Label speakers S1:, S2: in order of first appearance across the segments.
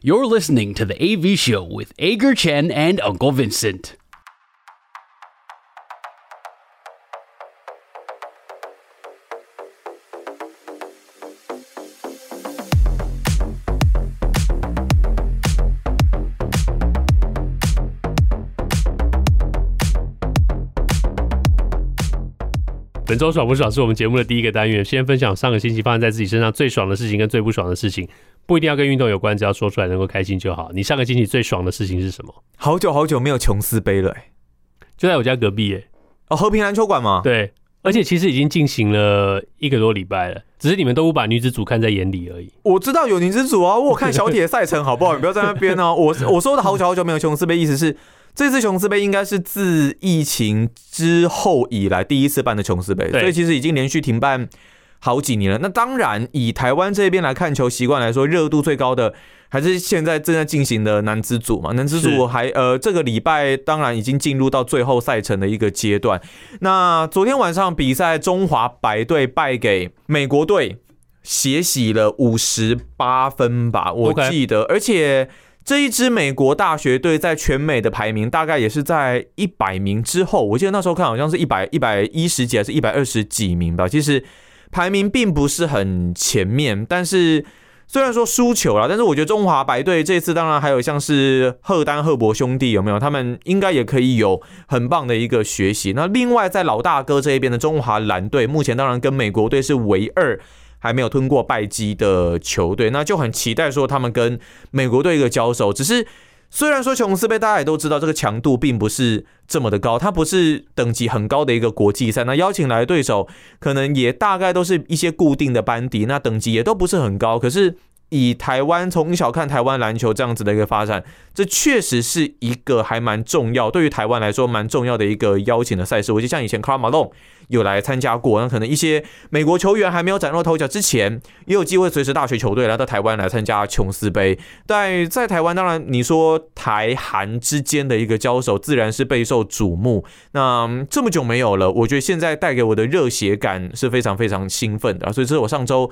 S1: You're listening to The AV Show with Ager Chen and Uncle Vincent.
S2: 本周爽不爽是我们节目的第一个单元，先分享上个星期发生在自己身上最爽的事情跟最不爽的事情，不一定要跟运动有关，只要说出来能够开心就好。你上个星期最爽的事情是什么？
S3: 好久好久没有琼斯杯了、欸，
S2: 就在我家隔壁耶、
S3: 哦，和平篮球馆嘛，
S2: 对，而且其实已经进行了一个多礼拜了，只是你们都不把女子组看在眼里而已。
S3: 我知道有你之主 啊，我有看小铁赛程，好不好？你不要在那边哦。我我说的好久好久没有琼斯杯，意思是这次琼斯杯应该是自疫情之后以来第一次办的琼斯杯，
S2: 对
S3: 所以其实已经连续停办好几年了。那当然，以台湾这边来看球习惯来说，热度最高的还是现在正在进行的男子组嘛。男子
S2: 是
S3: 组还呃，这个礼拜当然已经进入到最后赛程的一个阶段。那昨天晚上比赛，中华白队败给美国队，血洗了五十八分吧，我
S2: OK
S3: 记得而且这一支美国大学队在全美的排名大概也是在一百名之后，我记得那时候看好像是一百一百一十几还是一百二十几名吧，其实排名并不是很前面，但是。虽然说输球了，但是我觉得中华白队这次当然还有像是赫丹、赫伯兄弟有没有？他们应该也可以有很棒的一个学习。那另外在老大哥这一边的中华蓝队，目前当然跟美国队是唯二还没有吞过败绩的球队，那就很期待说他们跟美国队一个交手。只是虽然说琼斯杯大家也都知道这个强度并不是这么的高，它不是等级很高的一个国际赛，那邀请来的对手可能也大概都是一些固定的班底，那等级也都不是很高，可是。以台湾从小看台湾篮球这样子的一个发展，这确实是一个还蛮重要，对于台湾来说蛮重要的一个邀请的赛事。我就像以前 Karl Malone 有来参加过，那可能一些美国球员还没有崭露头角之前，也有机会随时大学球队来到台湾来参加琼斯杯。但在台湾，当然你说台韩之间的一个交手，自然是备受瞩目。那嗯这么久没有了，我觉得现在带给我的热血感是非常非常兴奋的啊，所以这是我上周。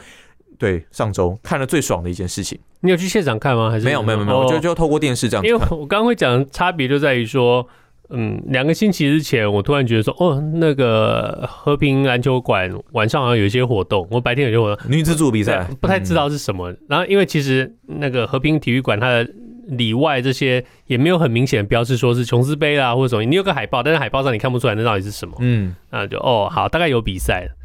S3: 对，上周看了最爽的一件事情，
S2: 你有去现场看吗？还是
S3: 没有没有没有，我
S2: 哦
S3: 就就透过电视这样子
S2: 因为
S3: 看。
S2: 我刚刚会讲差别就在于说，嗯，两个星期之前，我突然觉得说，哦，那个和平篮球馆晚上好像有一些活动，我白天有些活动，
S3: 女子组比
S2: 比嗯
S3: 赛
S2: 不太知道是什么。然后因为其实那个和平体育馆它的里外这些也没有很明显的标志，说是琼斯杯啦或者什么，你有个海报，但是海报上你看不出来那到底是什么，
S3: 嗯，
S2: 那就哦好，大概有比赛了。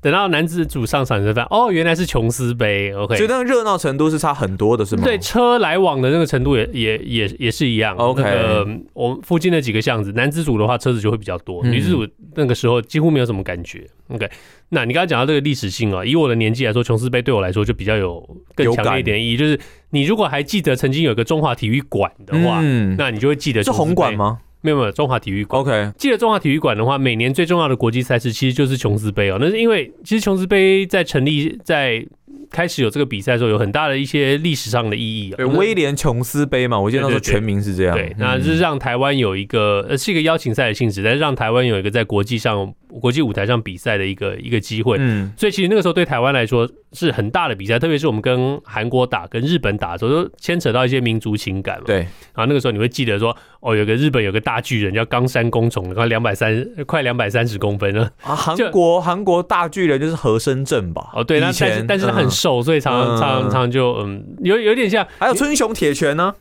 S2: 等到男子组上场你才发现，哦，原来是琼斯杯，OK，
S3: 嗯所以那个热闹程度是差很多的，是吗？
S2: 对，车来往的那个程度也也也也是一样。
S3: OK
S2: 那个嗯我们附近的几个巷子，男子组的话车子就会比较多，
S3: 嗯
S2: 女子组那个时候几乎没有什么感觉。OK，那你刚刚讲到这个历史性啊、以我的年纪来说，琼斯杯对我来说就比较有更
S3: 有
S2: 强烈一
S3: 感
S2: 点的意义，就是你如果还记得曾经有一个中华体育馆的话，
S3: 嗯
S2: 那你就会记得
S3: 是
S2: 琼斯
S3: 红馆
S2: 杯？
S3: 吗
S2: 没有没有，中华体育馆。
S3: ？OK，
S2: 记得中华体育馆的话，每年最重要的国际赛事其实就是琼斯杯哦。那是因为其实琼斯杯在成立在开始有这个比赛的时候，有很大的一些历史上的意义、哦。
S3: 对，嗯
S2: 那
S3: 威廉琼斯杯嘛，我记得那时候
S2: 对对对
S3: 全名是这样。
S2: 对，那是让台湾有一个呃是一个邀请赛的性质，但是让台湾有一个在国际上国际舞台上比赛的一个一个机会。
S3: 嗯，
S2: 所以其实那个时候对台湾来说是很大的比赛，特别是我们跟韩国打、跟日本打的时候，都牵扯到一些民族情感嘛。
S3: 对，
S2: 然后那个时候你会记得说，哦，有个日本有个大巨人叫冈山公虫，快两百三快两百三十公分呢。
S3: 啊，韩国韩国大巨人就是和深圳吧？
S2: 哦，对，那
S3: 以
S2: 但是
S3: 前
S2: 但是他很
S3: 嗯
S2: 瘦，所以常常
S3: 嗯
S2: 常常常就嗯，有有点像
S3: 还有春雄铁拳呢，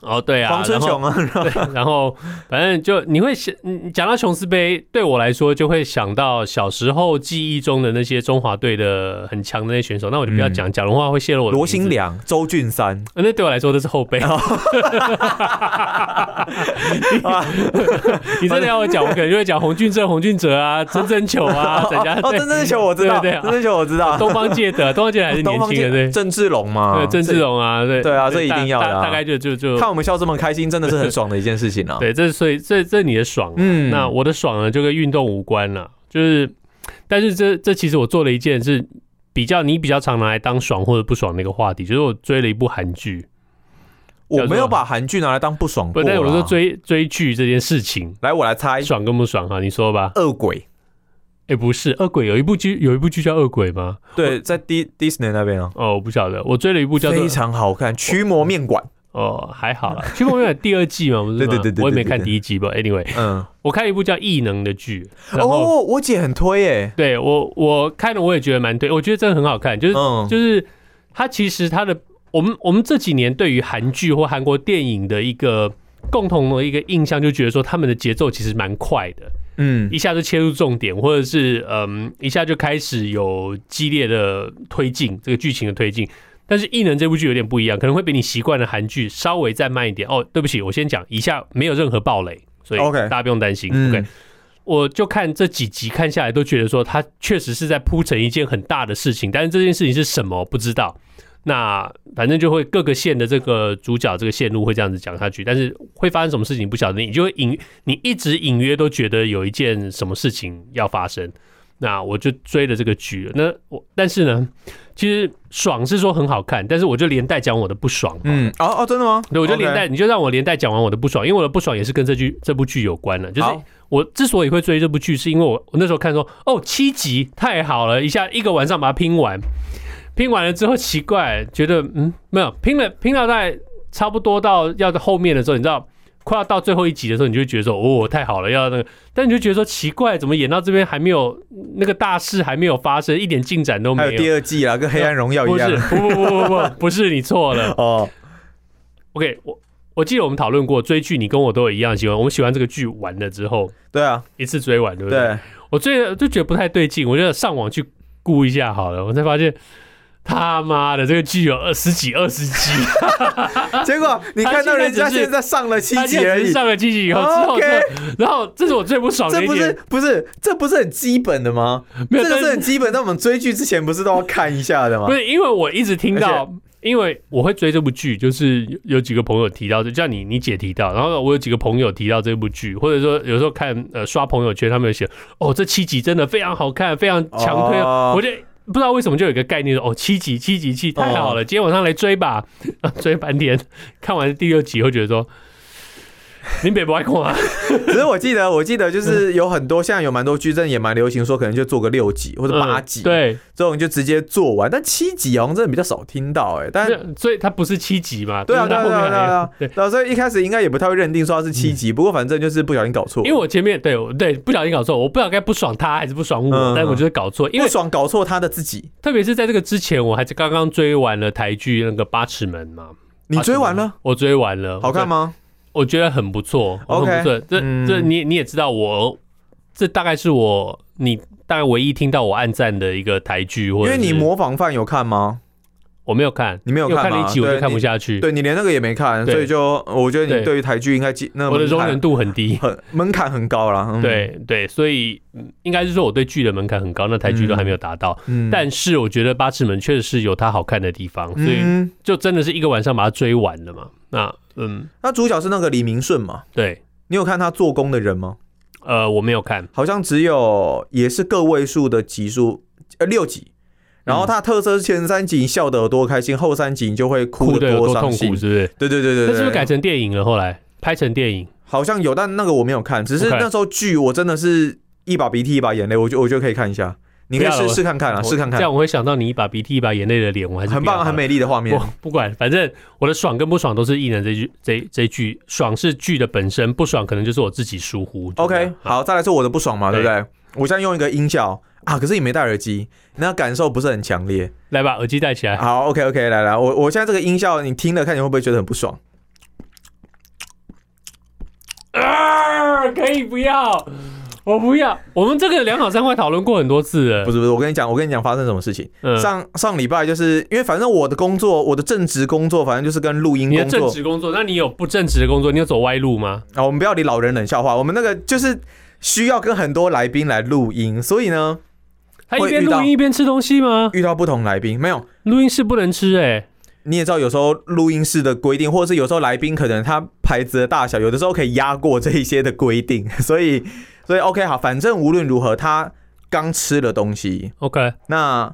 S2: 哦，对啊，
S3: 黄春
S2: 然后
S3: 雄啊，
S2: 对， 然后反正就你会想，你讲到琼斯杯，对我来说就会想到小时候记忆中的那些中华队的很强的那些选手。那我就不要讲，讲的话会泄露我的
S3: 嗯罗
S2: 名
S3: 新
S2: 字，
S3: 良、哦周俊三，
S2: 呃那对我来说都是后辈。 你真的要我讲，我可能就会讲洪俊正、洪俊哲啊、曾曾球啊，等下
S3: 哦，
S2: 对
S3: 郑正球我知道，
S2: 对对啊
S3: 郑正球我知道，
S2: 东方介德，东方介德还是年
S3: 方
S2: 轻的，对
S3: 健郑志龙嘛
S2: 对，，郑志龙啊，对
S3: 对啊这一定要的啊
S2: 大大大概就就就
S3: 看我们笑这么开心，真的是很爽的一件事情啊。，
S2: 对，这是所以这这你的爽啊，
S3: 嗯
S2: 那我的爽呢就跟运动无关了，就是，但是这这其实我做了一件是比较你比较常拿来当爽或者不爽的一个话题，就是我追了一部韩剧，
S3: 我没有把韩剧拿来当不爽
S2: 不，
S3: 过啊哎
S2: 但
S3: 啦。
S2: 是我说追追剧这件事情，
S3: 来，我来猜，
S2: 爽跟不爽哈、你说吧。
S3: 恶鬼，
S2: 哎，不是，恶鬼有一部剧有一部剧叫《恶鬼》吗？
S3: 对，在 D Disney 那边啊，
S2: 哦哦，我不晓得，我追了一部叫做
S3: 非常好看，《驱魔面馆》
S2: 哦，还好啦。去梦游第二季嘛，不是吗？
S3: 对对对对
S2: 我也没看
S3: 对对对
S2: 第一季吧。Anyway，
S3: 嗯，
S2: 我看一部叫《异能》的剧，然后、
S3: 哦，我姐很推诶，
S2: 对我我看了我也觉得蛮对，我觉得真的很好看，就是、
S3: 嗯，
S2: 就是它其实它的我们我们这几年对于韩剧或韩国电影的一个。共同的一个印象就觉得说他们的节奏其实蛮快的，
S3: 嗯
S2: 一下就切入重点，或者是嗯一下就开始有激烈的推进，这个剧情的推进。但是《异能》这部剧有点不一样，可能会比你习惯的韩剧稍微再慢一点。哦，对不起，我先讲，以下没有任何暴雷，所以
S3: OK
S2: 大家不用担心。
S3: 嗯
S2: OK，我就看这几集看下来，都觉得说他确实是在铺成一件很大的事情，但是这件事情是什么不知道。那反正就会各个线的这个主角这个线路会这样子讲下去，但是会发生什么事情不晓得，你就会隐你一直隐约都觉得有一件什么事情要发生。那我就追了这个剧了，那我但是呢，其实爽是说很好看，但是我就连带讲我的不爽，嗯，
S3: 嗯，哦哦，真的吗？
S2: 对，我就连
S3: OK
S2: 带你就让我连带讲完我的不爽，因为我的不爽也是跟这剧这部剧有关的，就是
S3: 好
S2: 我之所以会追这部剧，是因为我我那时候看说，哦，七集太好了，一下一个晚上把它拼完，拼完了之后奇怪，觉得嗯没有拼了，拼到在差不多到要后面的时候，你知道快要到最后一集的时候，你就会觉得说，哦，太好了，要那个，但你就觉得说奇怪，怎么演到这边还没有那个大事还没有发生，一点进展都没
S3: 还有
S2: 有。
S3: 第二季啦，跟《黑暗荣耀》
S2: 不
S3: 一样
S2: 是，不不不不不，不是你错了。
S3: 哦，
S2: OK，我我记得我们讨论过追剧，你跟我都有一样喜欢。我们喜欢这个剧完了之后
S3: 对啊，
S2: 一次追完，对不对？
S3: 对，
S2: 我追就觉得不太对劲，我就上网去估一下好了，我才发现他妈的这个剧有二十几、二十 集，
S3: 结果你看到人家
S2: 啊他现在只是
S3: 现在上了七
S2: 他
S3: 集
S2: 现在
S3: 而
S2: 只
S3: 已
S2: 是，上了七集以后之后
S3: OK
S2: 就然后这是我最不爽的
S3: 这
S2: 一
S3: 不是
S2: 点，
S3: 不是这不是很基本的吗？
S2: 没有
S3: 这
S2: 但
S3: 个是很基本，但我们追剧之前不是都要看一下的吗
S2: 不？是因为我一直听到，因为我会追这部剧，就是有有几个朋友提到，就像你你姐提到，然后我有几个朋友提到这部剧，或者说有时候看呃刷朋友圈，他们有写哦这七集真的非常好看，非常强推，
S3: 哦
S2: 我就。不知道为什么就有一个概念说哦七集七集七集太好了，今天晚上来追吧， 追半天，看完第六集会觉得说，你别不爱看啊，
S3: 只是我记得，我记得
S2: 嗯
S3: 就是有很多，现在有蛮多剧真的也蛮流行，说可能就做个六集或者八
S2: 嗯
S3: 集，，
S2: 对，
S3: 这种就直接做完。但七集好像真的比较少听到，哎，但
S2: 那所以它不是七集嘛，
S3: 对啊，对
S2: 但
S3: 啊，
S2: 是
S3: 对
S2: 它后
S3: 啊，
S2: 面
S3: 对
S2: 还有
S3: 啊，对啊，所以一开始应该也不太会认定说它是七集，不过反正就是不小心搞错，
S2: 嗯因为我前面对我对不小心搞错，我不知道该不爽他还是不爽我，
S3: 嗯
S2: 但我就是搞错，因
S3: 不
S2: 为啊
S3: 爽搞错他的自己。
S2: 特别是在这个之前，我还是刚刚追完了台剧那个《八尺门》嘛。
S3: 你追完了，
S2: 我追完了，
S3: 好看
S2: 吗？
S3: 吗？
S2: 我觉得很不错，
S3: OK，
S2: 很不错。这
S3: 嗯
S2: 这你你也知道我，这大概是我你大概唯一听到我暗赞的一个台剧，或
S3: 因
S2: 者
S3: 为
S2: 是
S3: 你模仿犯有看吗？
S2: 我没有看，
S3: 你没有
S2: 因为我
S3: 看
S2: 看了
S3: 嘛
S2: 一集我
S3: 对
S2: 就看
S3: 你
S2: 不下去，
S3: 对你连那个也没看，
S2: 对
S3: 所以就我觉得
S2: 对
S3: 你对于台剧应该记那
S2: 我的
S3: 门
S2: 容忍
S3: 槛
S2: 度很低。
S3: 很门槛很高啦。嗯，
S2: 对对，所以嗯应该是说我对剧的门槛很高，那台剧都还没有达到。
S3: 嗯
S2: 但是我觉得《八尺门》确实是有它好看的地方，所以
S3: 嗯，
S2: 就真的是一个晚上把它追完了嘛。那嗯，
S3: 那主角是那个李明顺嘛？
S2: 对，
S3: 你有看他做工的人吗？
S2: 呃，我没有看，
S3: 好像只有也是个位数的集数，呃六集。然后他的特色是前三集你笑得有多开心，后三集你就会哭
S2: 哭
S3: 得
S2: 的有多
S3: 伤
S2: 痛
S3: 心
S2: 苦，。是不是？
S3: 对对对
S2: 那
S3: 对对，
S2: 是不是改成电影了？后来拍成电影，
S3: 好像有，但那个我没有看，只是
S2: OK
S3: 那时候剧我真的是一把鼻涕一把眼泪，我觉我觉得可以看一下，你可以
S2: 不要
S3: 试
S2: 了
S3: 试看看啊，
S2: 我
S3: 试看看
S2: 这，样我会想到你一把鼻涕一把眼泪的脸，我还是
S3: 很
S2: 不要
S3: 棒
S2: 好
S3: 很。美丽的画面
S2: 我。不管，反正我的爽跟不爽都是艺人这句这这句，爽是剧的本身，不爽可能就是我自己疏忽。就这
S3: OK，
S2: 样，
S3: 好，再来是我的不爽嘛，对
S2: 对
S3: 不对？我现在用一个音效啊，可是你没戴耳机，那感受不是很强烈。
S2: 来吧，耳机戴起来。
S3: 好，OK OK，来来，我我现在这个音效你听了，看你会不会觉得很不爽？
S2: 啊，可以不要，我不要。我们这个两好三坏讨论过很多次了
S3: 不。是不是，我跟你讲，我跟你讲发生什么事情。
S2: 嗯
S3: 上上礼拜就是因为反正我的工作，我的正职工作，反正就是跟录音
S2: 你的
S3: 工
S2: 正
S3: 作。
S2: 职工作，那你有不正职的工作？你有走歪路吗？
S3: 啊，我们不要理老人冷笑话，我们那个就是需要跟很多来宾来录音，所以呢，
S2: 他一
S3: 会
S2: 边
S3: 遇
S2: 录
S3: 到
S2: 音一边吃东西吗？
S3: 遇到不同来宾，没有
S2: 录音室不能吃哎、
S3: 你也知道，有时候录音室的规定，或者是有时候来宾可能他牌子的大小，有的时候可以压过这一些的规定， 所以所以 OK 好，反正无论如何，他刚吃了东西。
S2: OK，
S3: 那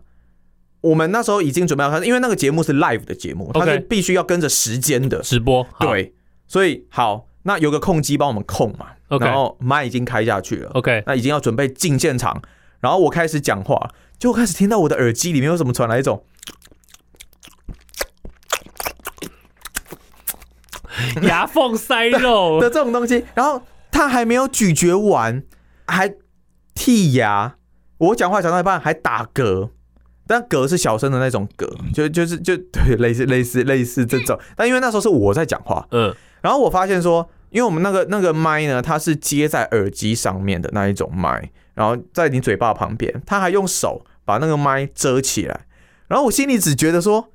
S3: 我们那时候已经准备好看，因为那个节目是 live 的节目，它
S2: OK
S3: 是必须要跟着时间的。
S2: 直播好
S3: 对，所以好，那有个控机帮我们控嘛
S2: OK
S3: 然后麦已经开下去了，
S2: OK，
S3: 那已经要准备进现场，然后我开始讲话，就开始听到我的耳机里面有什么传来一种
S2: 牙缝塞 肉
S3: 的，这种东西，然后他还没有咀嚼完，还剔牙。我讲话讲到一半还打嗝，但嗝是小声的那种嗝，就就是就对，类似类似类似这种。但因为那时候是我在讲话，
S1: Uh.
S2: 嗯，
S3: 然后我发现说，因为我们那个那个麦呢，它是接在耳机上面的那一种麦，然后在你嘴巴旁边，他还用手把那个麦遮起来，然后我心里只觉得说，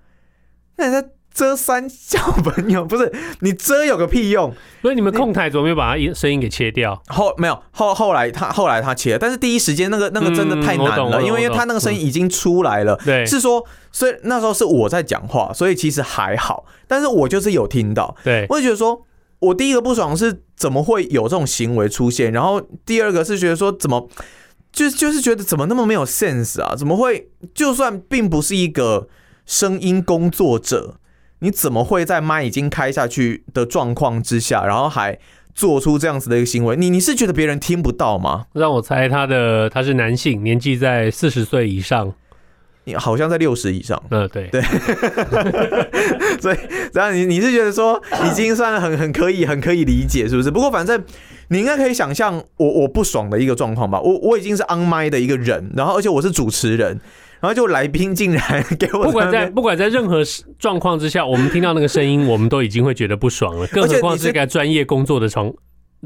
S3: 那你在遮三小朋友，不是你遮有个屁用。
S2: 所以你们控台怎么没有把它音声音给切掉？
S3: 后没有后后来他后来他切了，但是第一时间那个那个真的太难
S2: 嗯我懂我
S3: 了，
S2: 懂
S3: 因为因为他那个声音已经出来了。
S2: 对，
S3: 是说，所以那时候是我在讲话，所以其实还好，但是我就是有听到，
S2: 对，
S3: 我就觉得说，我第一个不爽是怎么会有这种行为出现，然后第二个是觉得说怎么，就就是觉得怎么那么没有 sense 啊？怎么会就算并不是一个声音工作者，你怎么会在麦已经开下去的状况之下，然后还做出这样子的一个行为？你你是觉得别人听不到吗？
S2: 让我猜他的他是男性，年纪在四十岁以上。
S3: 你好像在六十以上，
S2: 嗯，对，
S3: 对然后你你是觉得说已经算很很可以很可以理解，是不是？不过反正你应该可以想象我我不爽的一个状况吧。我我已经是 on my 的一个人，然后而且我是主持人，然后就来宾竟然给我
S2: 不管
S3: 那
S2: 在
S3: 边
S2: 不管在任何时状况之下，我们听到那个声音，我们都已经会觉得不爽了，更
S3: 而且
S2: 何
S3: 你
S2: 况是
S3: 是
S2: 在专业工作的床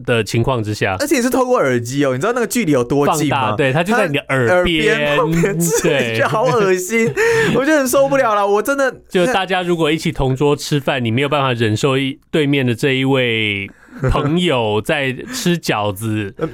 S2: 的情况之下。
S3: 而且是透过耳机哦，你知道那个距离有多
S2: 放
S3: 近
S2: 大，
S3: 吗？
S2: 对，他就在你的耳
S3: 耳边 旁边，这
S2: 对
S3: 就，好恶心，我就很受不了了。我真的
S2: 就大家如果一起同桌吃饭，你没有办法忍受一对面的这一位朋友在吃饺子。
S3: 呃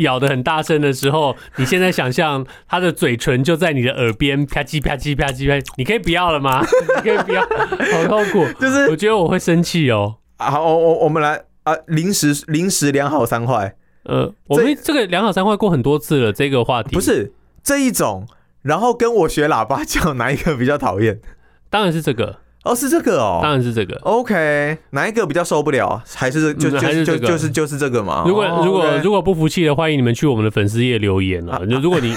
S2: 咬得很大声的时候，你现在想象他的嘴唇就在你的耳边啪叽啪叽啪叽啪叽，你可以不要了 吗？你可以不要，好痛苦。
S3: 就是
S2: 我觉得我会生气哦。
S3: 啊，好我我我们来啊，临时临时良好三坏。
S2: 呃，我们这个两好三坏过很多次了，这个话题
S3: 不，是这一种，然后跟我学喇叭叫哪一个比较讨厌？
S2: 当然是这个，
S3: 哦，是这个
S2: 当
S3: 哦。
S2: 然是这个。
S3: OK，哪一个比较受不了？还是就就
S2: 嗯还是
S3: 就
S2: 这个
S3: 就是就是这个嘛？
S2: 如果
S3: 哦
S2: 如果
S3: OK
S2: 如果不服气的，欢迎你们去我们的粉丝页留言啊。就如果你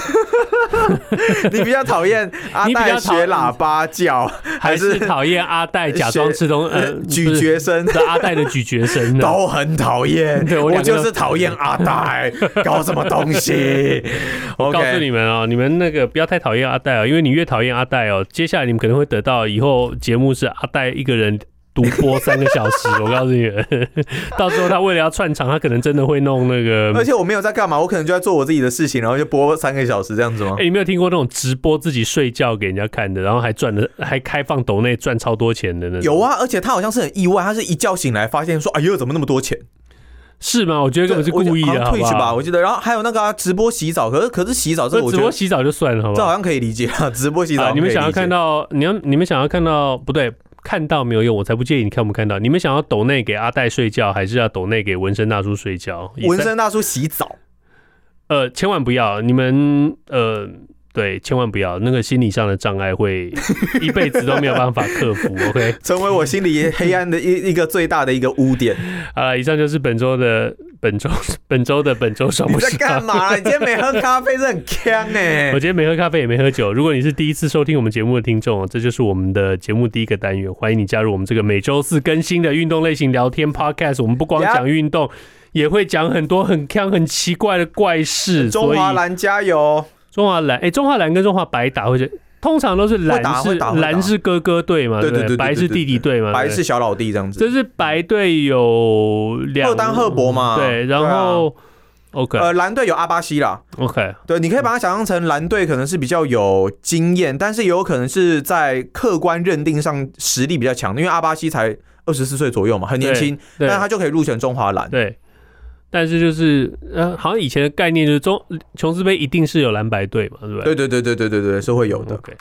S3: 你比较讨厌阿
S2: 你比较
S3: 戴
S2: 讨
S3: 学喇叭叫，
S2: 还
S3: 还
S2: 是
S3: 是
S2: 讨厌阿戴假装吃东呃
S3: 呃咀嚼声
S2: 的阿戴的咀嚼声 呢？
S3: 都很讨厌。
S2: 对我
S3: 我
S2: 两个都
S3: 就是讨厌 阿戴，搞什么东西
S2: 我告诉你
S3: ？OK，
S2: 们哦，你们那个不要太讨厌阿戴哦，因为你越讨厌阿戴哦，接下来你们可能会得到以后节目是阿戴一个人独播三个小 时。我告诉你们， 到时候他为了要串场，他可能真的会弄那个。
S3: 而且我没有在干嘛，我可能就在做我自己的事情，然后就播三个小时这样子吗
S2: 哎、？你没有听过那种直播自己睡觉给人家看的，然后还赚了，还开放抖内赚超多钱的那种？
S3: 有啊，而且他好像是很意外，他是一觉醒来发现说：“哎呦，怎么那么多钱？”
S2: 是吗？我觉得根本是
S3: 我记
S2: 故意
S3: 好
S2: 的，
S3: 像
S2: 好不
S3: Twitch 吧，
S2: 好？
S3: 我记得。然后还有那个、啊、直播洗澡，可是可是洗澡这个
S2: 那
S3: 我
S2: 直
S3: 觉
S2: 播
S3: 得
S2: 洗澡就算了，好不
S3: 这
S2: 好
S3: 好？像可以理解啊，直播洗澡、
S2: 啊，你们想要看？到，你要你们想要看到，不对，看到没有用，我才不介意你看不看到。你们想要抖内给阿戴睡觉，还是要抖内给纹身大叔睡觉？以
S3: 纹
S2: 三
S3: 身大叔洗澡，
S2: 呃，千万不要，你们呃。对，千万不要，那个心理上的障碍会 一辈子都没有办法克服。OK，
S3: 成为我心里黑暗的一一个最大的一个污点。
S2: 好了，以上就是本周的本周本周的本周爽
S3: 你
S2: 不
S3: 在
S2: 爽？
S3: 干嘛？你今天没喝咖啡，这很坑呢、
S2: 我今天没喝咖啡，也没喝酒。如果你是第一次收听我们节目的听众，哦这就是我们的节目第一个单元，欢迎你加入我们这个每周四更新的运动类型聊天 podcast。我们不光
S3: Yeah
S2: 讲运动，也会讲很多很康、很奇怪的怪事。
S3: 中
S2: 所
S3: 华
S2: 以
S3: 蓝加油！
S2: 中华蓝，哎、中华蓝跟中华白打会是。通常都是蓝
S3: 会打
S2: 是
S3: 会打会打
S2: 蓝是哥哥队嘛，
S3: 对
S2: 不
S3: 对对对
S2: 白
S3: 对
S2: 是
S3: 对
S2: 弟弟队嘛，
S3: 白
S2: 对不对
S3: 是小老弟这样子，
S2: 这是白队有两
S3: 赫丹赫伯嘛
S2: 对，然
S3: 对啊
S2: 后 OK
S3: 呃，蓝队有阿巴西啦，
S2: OK，
S3: 对，你可以把它想象成蓝队可能是比较有经验，但是也有可能是在客观认定上实力比较强的，因为阿巴西才二十四岁左右嘛，很年轻，
S2: 对
S3: 但他就可以入选中华蓝。
S2: 对，但是就是呃，好像以前的概念就是中琼斯杯一定是有蓝白队嘛，对不对？
S3: 对对对对对对对，是会有的。
S2: OK，